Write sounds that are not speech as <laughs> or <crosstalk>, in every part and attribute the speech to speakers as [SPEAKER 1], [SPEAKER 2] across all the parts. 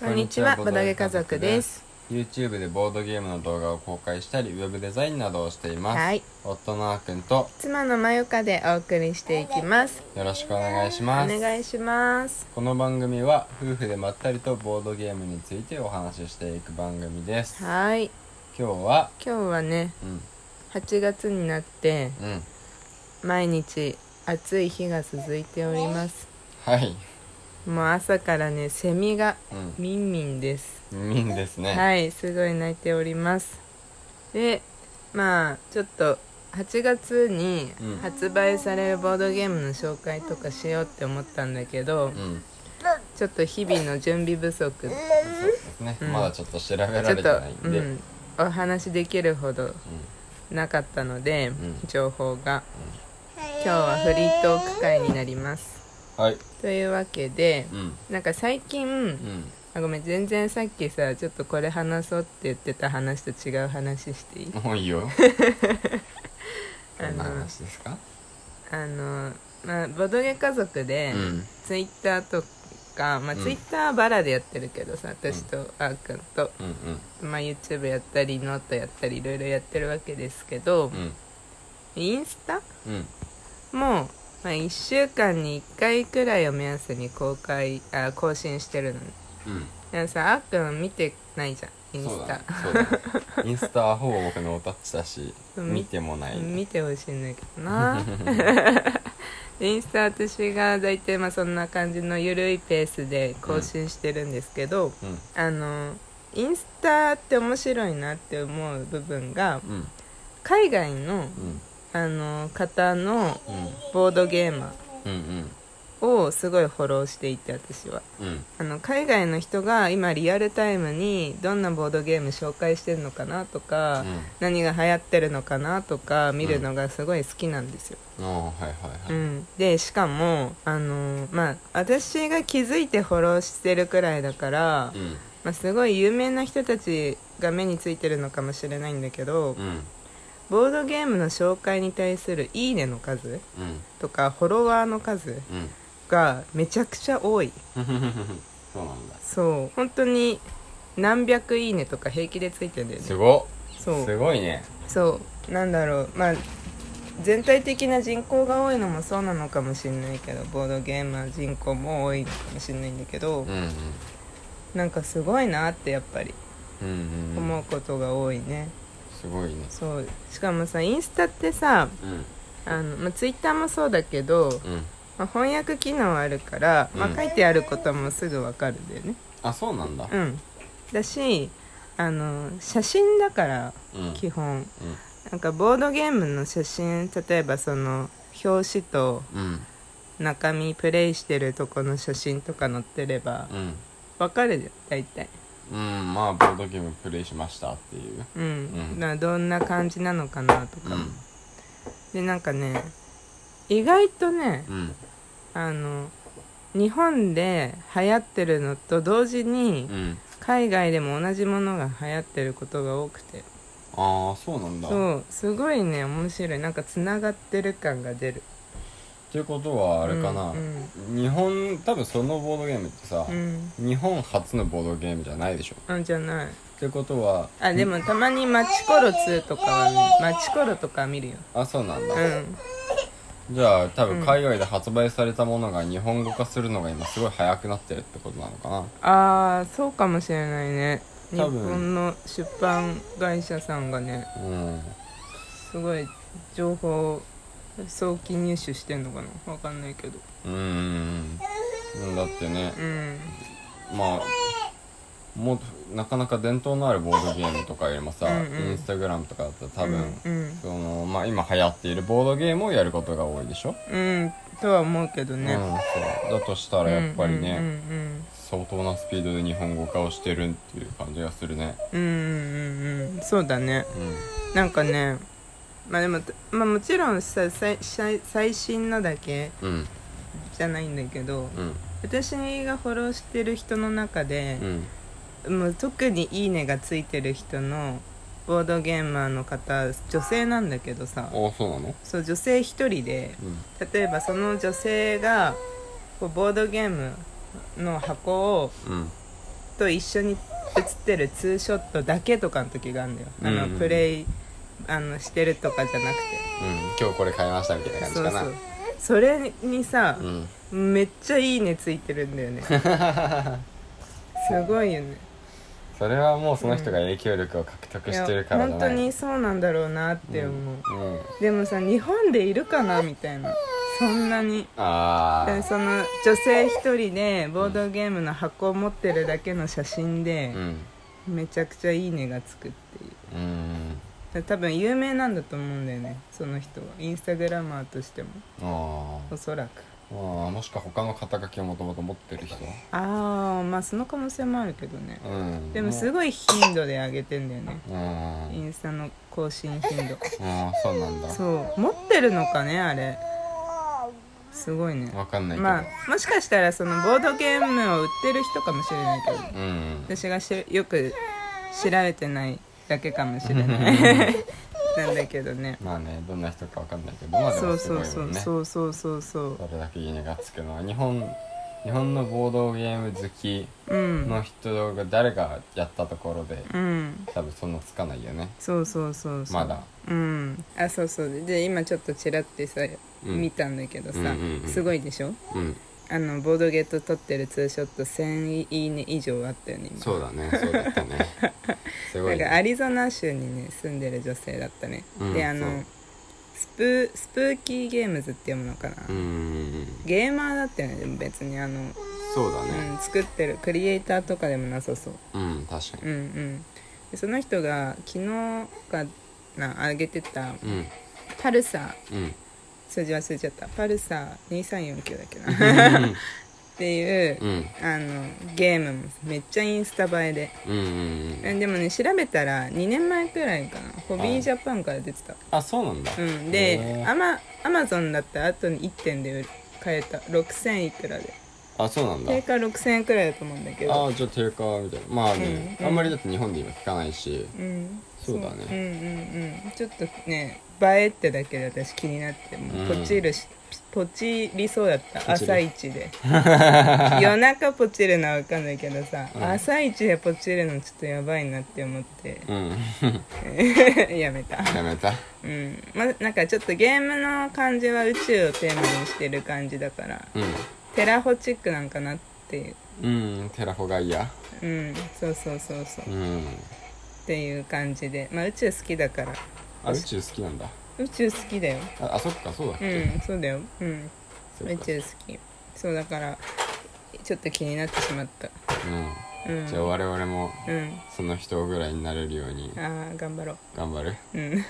[SPEAKER 1] こんにちは、ボドゲ家族です。
[SPEAKER 2] YouTube でボードゲームの動画を公開したりウェブデザインなどをしています、
[SPEAKER 1] はい、
[SPEAKER 2] 夫のあーくんと
[SPEAKER 1] 妻のまゆかでお送りしていきます。
[SPEAKER 2] よろしくお願いし
[SPEAKER 1] お
[SPEAKER 2] ます
[SPEAKER 1] 願いします。
[SPEAKER 2] この番組は夫婦でまったりとボードゲームについてお話ししていく番組です今
[SPEAKER 1] はい、
[SPEAKER 2] 日は
[SPEAKER 1] 今日はね、
[SPEAKER 2] うん
[SPEAKER 1] 8月になって
[SPEAKER 2] うん
[SPEAKER 1] 毎日暑い日が続いております。
[SPEAKER 2] はい
[SPEAKER 1] もう朝からね、セミが
[SPEAKER 2] う
[SPEAKER 1] ミンミンです。
[SPEAKER 2] んみんですね
[SPEAKER 1] はい、すごい鳴いております。で、まあちょっと8月に
[SPEAKER 2] うん
[SPEAKER 1] 発売されるボードゲームの紹介とかしようって思ったんだけど、
[SPEAKER 2] うん
[SPEAKER 1] ちょっと日々の準備不足
[SPEAKER 2] そうですね、
[SPEAKER 1] うん
[SPEAKER 2] まだちょっと調べら
[SPEAKER 1] ちょ
[SPEAKER 2] れ
[SPEAKER 1] ってと
[SPEAKER 2] ないん、
[SPEAKER 1] う
[SPEAKER 2] で、
[SPEAKER 1] ん、お話しできるほどなかったので、
[SPEAKER 2] ん
[SPEAKER 1] 情報が、今日はフリートーク会になります
[SPEAKER 2] はい
[SPEAKER 1] というわけで
[SPEAKER 2] うん
[SPEAKER 1] なんか最近、
[SPEAKER 2] うん
[SPEAKER 1] あごめん全然さっきさちょっとこれ話そうって言ってた話と違う話していい
[SPEAKER 2] もうい
[SPEAKER 1] <laughs>
[SPEAKER 2] いよどんな話ですか
[SPEAKER 1] あの、まあ、ボドゲ家族
[SPEAKER 2] う
[SPEAKER 1] で、
[SPEAKER 2] ん
[SPEAKER 1] ツイッターとか、まあ
[SPEAKER 2] うん
[SPEAKER 1] ツイッターバラでやってるけどさ私とあーくんと、
[SPEAKER 2] うんうん
[SPEAKER 1] まあ、YouTube やったりノートやったりいろいろやってるわけですけど、
[SPEAKER 2] うん
[SPEAKER 1] インスタ
[SPEAKER 2] うん
[SPEAKER 1] も、まあ、1週間に1回くらいを目安に公開あ更新してるのね
[SPEAKER 2] うん
[SPEAKER 1] でもさあっくん見てないじゃんインスタ
[SPEAKER 2] そうだねそうだねインスタはほぼ僕のおタッチだし
[SPEAKER 1] うん
[SPEAKER 2] 見てもない、
[SPEAKER 1] 見てほしいんだけど <laughs> なでインスタ私が大体まあそんな感じの緩いペースで更新してるんですけど、
[SPEAKER 2] うん
[SPEAKER 1] あのインスタって面白いなって思う部分が
[SPEAKER 2] うん
[SPEAKER 1] 海外の
[SPEAKER 2] うん
[SPEAKER 1] あの方の
[SPEAKER 2] うん
[SPEAKER 1] ボードゲーマ
[SPEAKER 2] うん
[SPEAKER 1] ーをすごいフォローしていて私は
[SPEAKER 2] うんうん
[SPEAKER 1] あの海外の人が今リアルタイムにどんなボードゲーム紹介してるのかなとか、何が流行ってるのかなとか見るのがすごい好きなんですよ、
[SPEAKER 2] うんおーはいはいは
[SPEAKER 1] う
[SPEAKER 2] い
[SPEAKER 1] ん、でしかもあのまあ私が気づいてフォローしてるくらいだから、
[SPEAKER 2] うん
[SPEAKER 1] まあ、すごい有名な人たちが目についてるのかもしれないんだけど
[SPEAKER 2] うん
[SPEAKER 1] ボードゲームの紹介に対する「いいね」の数
[SPEAKER 2] うん
[SPEAKER 1] とかフォロワーの数
[SPEAKER 2] うん
[SPEAKER 1] がめちゃくちゃ多い
[SPEAKER 2] そうなんだ
[SPEAKER 1] そう本当に何百いいねとか平気でついてんだよ
[SPEAKER 2] す
[SPEAKER 1] ね
[SPEAKER 2] ご
[SPEAKER 1] そ
[SPEAKER 2] っす
[SPEAKER 1] う
[SPEAKER 2] ごいね
[SPEAKER 1] そうなんだろうまあ全体的な人口が多いのもそうなのかもしれないけどボードゲームは人口も多いのかもしれないんだけど
[SPEAKER 2] うんうん
[SPEAKER 1] なんかすごいなってやっぱり
[SPEAKER 2] うんうん
[SPEAKER 1] 思うことが多いね、
[SPEAKER 2] すごいね
[SPEAKER 1] そうしかもさインスタってさ
[SPEAKER 2] うん
[SPEAKER 1] あの、まあ、ツイッターもそうだけど、
[SPEAKER 2] うん
[SPEAKER 1] まあ、翻訳機能あるから、ま
[SPEAKER 2] うん
[SPEAKER 1] あ、書いてあることもすぐわかるんだよね
[SPEAKER 2] あそうなんだ
[SPEAKER 1] うんだしあの写真だから
[SPEAKER 2] うん
[SPEAKER 1] 基本
[SPEAKER 2] うん
[SPEAKER 1] なんかボードゲームの写真例えばその表紙と
[SPEAKER 2] うん
[SPEAKER 1] 中身プレイしてるとこの写真とか載ってれば
[SPEAKER 2] うん
[SPEAKER 1] わかるじゃん大体
[SPEAKER 2] うんまあボードゲームプレイしましたっていう
[SPEAKER 1] うん、
[SPEAKER 2] うん
[SPEAKER 1] などんな感じなのかなと
[SPEAKER 2] う
[SPEAKER 1] か、
[SPEAKER 2] ん
[SPEAKER 1] でなんかね意外とね
[SPEAKER 2] うん
[SPEAKER 1] あの日本で流行ってるのと同時に
[SPEAKER 2] うん
[SPEAKER 1] 海外でも同じものが流行ってることが多くて
[SPEAKER 2] ああそうなんだ
[SPEAKER 1] そうすごいね面白いなんかつながってる感が出る
[SPEAKER 2] っていうことはあれかな、
[SPEAKER 1] うん
[SPEAKER 2] 日本多分そのボードゲームってさ
[SPEAKER 1] う、ん、
[SPEAKER 2] 日本初のボードゲームじゃないでしょ
[SPEAKER 1] うん、あじゃない
[SPEAKER 2] ってことは
[SPEAKER 1] あでもたまにマチコロ2とかはねマチコロとかは見るよ
[SPEAKER 2] あそうなんだ、
[SPEAKER 1] うん
[SPEAKER 2] じゃあ多分海外で発売されたものが日本語化するのが今すごい早くなってるってことなのかな
[SPEAKER 1] ああそうかもしれないね日
[SPEAKER 2] 多分
[SPEAKER 1] 本の出版会社さんがね
[SPEAKER 2] うん
[SPEAKER 1] すごい情報を早期入手してんのかなわかんないけど
[SPEAKER 2] うーんだってね
[SPEAKER 1] うん
[SPEAKER 2] まあもうなかなか伝統のあるボードゲームとかよりもさ、
[SPEAKER 1] うんうん
[SPEAKER 2] インスタグラムとかだったら多分、
[SPEAKER 1] うん、
[SPEAKER 2] そのまあ、今流行っているボードゲームをやることが多いでしょ、
[SPEAKER 1] うんうん、とは思うけどね、
[SPEAKER 2] うんそうだとしたらやっぱりね、
[SPEAKER 1] うんうん
[SPEAKER 2] 相当なスピードで日本語化をしてるっていう感じがするね
[SPEAKER 1] うんうんうんうんうんそうだね
[SPEAKER 2] う
[SPEAKER 1] なんかねまあでも、まあ、もちろんさ最最最新のだけ
[SPEAKER 2] んうん
[SPEAKER 1] じゃないんだけど
[SPEAKER 2] うん
[SPEAKER 1] 私がフォローしてる人の中で
[SPEAKER 2] う、ん
[SPEAKER 1] もう特に「いいね」がついてる人のボードゲーマーの方女性なんだけどさ
[SPEAKER 2] あそうなの
[SPEAKER 1] そう女性一人で
[SPEAKER 2] うん
[SPEAKER 1] 例えばその女性がこうボードゲームの箱を
[SPEAKER 2] うん
[SPEAKER 1] と一緒に写ってるツーショットだけとかの時があるんだよ、あ
[SPEAKER 2] うんうん
[SPEAKER 1] のプレイあのしてるとかじゃなくて
[SPEAKER 2] 今日これ買いましたみたいな感じ
[SPEAKER 1] そ
[SPEAKER 2] か
[SPEAKER 1] う
[SPEAKER 2] な
[SPEAKER 1] そうそれにさ、
[SPEAKER 2] うん
[SPEAKER 1] めっちゃいいねついてるんだ
[SPEAKER 2] <laughs>
[SPEAKER 1] よねすごいよね
[SPEAKER 2] それはもうその人が影響力を獲得してるからじ
[SPEAKER 1] 本
[SPEAKER 2] ゃな
[SPEAKER 1] 当
[SPEAKER 2] い
[SPEAKER 1] にそうなんだろうなって思う、
[SPEAKER 2] うん
[SPEAKER 1] でもさ日本でいるかなみたいなそんなに
[SPEAKER 2] あ
[SPEAKER 1] で
[SPEAKER 2] あ
[SPEAKER 1] その女性一人でボードゲームの箱を持ってるだけの写真
[SPEAKER 2] う
[SPEAKER 1] で、
[SPEAKER 2] ん
[SPEAKER 1] めちゃくちゃいいねがつくっていう
[SPEAKER 2] うん
[SPEAKER 1] だ多分有名なんだと思うんだよねその人はインスタグラマーとしても
[SPEAKER 2] あ
[SPEAKER 1] おそらく
[SPEAKER 2] ーあーもしくは他の肩書きをもともと持ってる人
[SPEAKER 1] ああまあその可能性もあるけどね
[SPEAKER 2] うん
[SPEAKER 1] でもす
[SPEAKER 2] ご
[SPEAKER 1] ごい頻度で上げてんだよね
[SPEAKER 2] うんあ
[SPEAKER 1] インスタの更新頻度
[SPEAKER 2] あそうなんだ
[SPEAKER 1] そう持ってるのかねあれすごいね
[SPEAKER 2] わかんないけど、
[SPEAKER 1] まあもしかしたらそのボードゲームを売ってる人かもしれないけど
[SPEAKER 2] うん
[SPEAKER 1] 私がしよく知られてないだけかもしれない
[SPEAKER 2] <laughs>
[SPEAKER 1] なんだけどね
[SPEAKER 2] まあねどんな人かわかんないけどまあで
[SPEAKER 1] そ
[SPEAKER 2] も
[SPEAKER 1] う
[SPEAKER 2] す
[SPEAKER 1] そ
[SPEAKER 2] ご
[SPEAKER 1] う
[SPEAKER 2] い
[SPEAKER 1] そ
[SPEAKER 2] もん
[SPEAKER 1] う
[SPEAKER 2] ね
[SPEAKER 1] そうそうそうそう
[SPEAKER 2] それだけいいねがつくのは日本日本のボードゲーム好き
[SPEAKER 1] うん
[SPEAKER 2] の人が誰がやったところで
[SPEAKER 1] うん
[SPEAKER 2] 多分そんなつかないよね
[SPEAKER 1] そうそうそうそう
[SPEAKER 2] まだ
[SPEAKER 1] うんあそうそうでで今ちょっとちらってさ、
[SPEAKER 2] うん
[SPEAKER 1] 見たんだけどさ、
[SPEAKER 2] うんうんうん
[SPEAKER 1] すごいでしょ
[SPEAKER 2] うん
[SPEAKER 1] あのボードゲート撮ってるツーショット1000いいね以上あったよね今
[SPEAKER 2] そうだねそうだったね <laughs> すごい
[SPEAKER 1] なんかア
[SPEAKER 2] ね
[SPEAKER 1] リゾナ州にね住んでる女性だったね、
[SPEAKER 2] うん
[SPEAKER 1] であの
[SPEAKER 2] そう
[SPEAKER 1] スプースプーキーゲームズっていうものかな、
[SPEAKER 2] うんうんうん
[SPEAKER 1] ゲーマーだったよねでも別にあの、
[SPEAKER 2] そうだ
[SPEAKER 1] う
[SPEAKER 2] ね
[SPEAKER 1] ん、作ってるクリエイターとかでもなさそう
[SPEAKER 2] うん確か
[SPEAKER 1] うんうんでその人が昨日かな上げてた
[SPEAKER 2] にうん
[SPEAKER 1] パルサー
[SPEAKER 2] うん
[SPEAKER 1] 数字忘れちゃったパルサー2349だっけ <laughs> なっていう、
[SPEAKER 2] うん
[SPEAKER 1] あのゲームもめっちゃインスタ映えで
[SPEAKER 2] うんうんうん
[SPEAKER 1] えでもね調べたら2年前くらいかなホビージャパンから出てた、
[SPEAKER 2] あそうなんだ
[SPEAKER 1] うん、
[SPEAKER 2] へ
[SPEAKER 1] で
[SPEAKER 2] ー
[SPEAKER 1] アマアマゾンだったらあとに1点で売る買えた6000いくらで
[SPEAKER 2] あそうなんだ
[SPEAKER 1] 定価6000円くらいだと思うんだけ
[SPEAKER 2] あ
[SPEAKER 1] ど
[SPEAKER 2] あじゃあ定価みたいなまあね
[SPEAKER 1] うん
[SPEAKER 2] あんまりだって日本で今聞かないし
[SPEAKER 1] うん
[SPEAKER 2] そうだね
[SPEAKER 1] うんうんうんちょっとね映えってだけで私気になってもうポチるし、ポチりそうだった
[SPEAKER 2] ポチる
[SPEAKER 1] 朝一
[SPEAKER 2] <laughs>
[SPEAKER 1] で夜中ポチるのは分かんないけどさ、
[SPEAKER 2] うん
[SPEAKER 1] 朝一でポチるのちょっとやばいなって思って
[SPEAKER 2] うん
[SPEAKER 1] <laughs> やめた
[SPEAKER 2] やめた
[SPEAKER 1] うんまなんかちょっとゲームの感じは宇宙をテーマにしてる感じだから
[SPEAKER 2] う
[SPEAKER 1] テラホチックなんかなっていうん
[SPEAKER 2] うんテラフォガイア
[SPEAKER 1] うんそうそうそうそう
[SPEAKER 2] う
[SPEAKER 1] っ
[SPEAKER 2] ん
[SPEAKER 1] ていう感じでまあ宇宙好きだから
[SPEAKER 2] あ宇宙好きなんだ
[SPEAKER 1] 宇宙好きだよ
[SPEAKER 2] ああそっかそうだっ
[SPEAKER 1] う
[SPEAKER 2] け
[SPEAKER 1] んそうだようん
[SPEAKER 2] そ
[SPEAKER 1] 宇
[SPEAKER 2] っか
[SPEAKER 1] 宙好きそうだからちょっと気になってしまったう
[SPEAKER 2] うん
[SPEAKER 1] ん
[SPEAKER 2] じゃあ我々も
[SPEAKER 1] うん
[SPEAKER 2] その人ぐらいになれるように
[SPEAKER 1] あー頑張ろ
[SPEAKER 2] 頑張る
[SPEAKER 1] ううん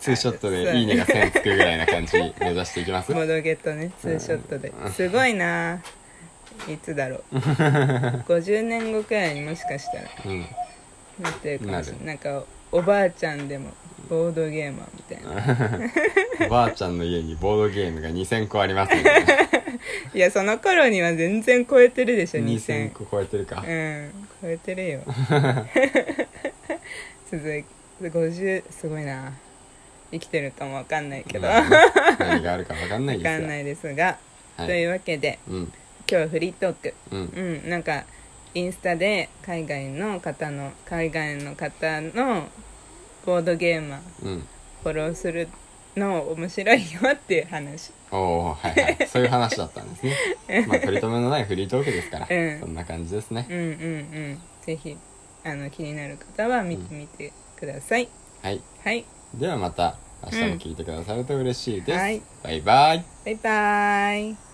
[SPEAKER 2] ツーショット
[SPEAKER 1] そう
[SPEAKER 2] で「いいね」が1000つくぐらいな感じ目指していきます
[SPEAKER 1] モドゲットねツーショットで
[SPEAKER 2] うん
[SPEAKER 1] すごいないつだ
[SPEAKER 2] <laughs>
[SPEAKER 1] ろう50年後くらいにもしかしたら
[SPEAKER 2] うん
[SPEAKER 1] なってるかもしれない
[SPEAKER 2] な
[SPEAKER 1] なんかおばあちゃんでもボードゲーマーみたいな
[SPEAKER 2] おばあちゃんの家にボードゲームが2000個ありますみたいない
[SPEAKER 1] やその頃には全然超えてるでしょ2000
[SPEAKER 2] 2000個超えてるか
[SPEAKER 1] うん超えてるよ <laughs> 続いて50すごいな生きてるかもわかんないけどわ
[SPEAKER 2] 何があるか分かんないで
[SPEAKER 1] か
[SPEAKER 2] す
[SPEAKER 1] んないですが、
[SPEAKER 2] はい
[SPEAKER 1] というわけで
[SPEAKER 2] うん
[SPEAKER 1] 今日はフリートーク
[SPEAKER 2] うん
[SPEAKER 1] うんなんかインスタで海外の方の海外の方のボードゲーマー
[SPEAKER 2] うん
[SPEAKER 1] フォローするの面白いよっていう話
[SPEAKER 2] おおはいはいそういう話だったんですねまあ取り留めのないフリートークですから
[SPEAKER 1] うん
[SPEAKER 2] そんな感じですね
[SPEAKER 1] うんうんうんぜひあの気になる方は見てみてください、
[SPEAKER 2] はい
[SPEAKER 1] はい
[SPEAKER 2] ではまた明日も聞いてくださると嬉しいです
[SPEAKER 1] はい
[SPEAKER 2] バイバイ
[SPEAKER 1] バイバーイ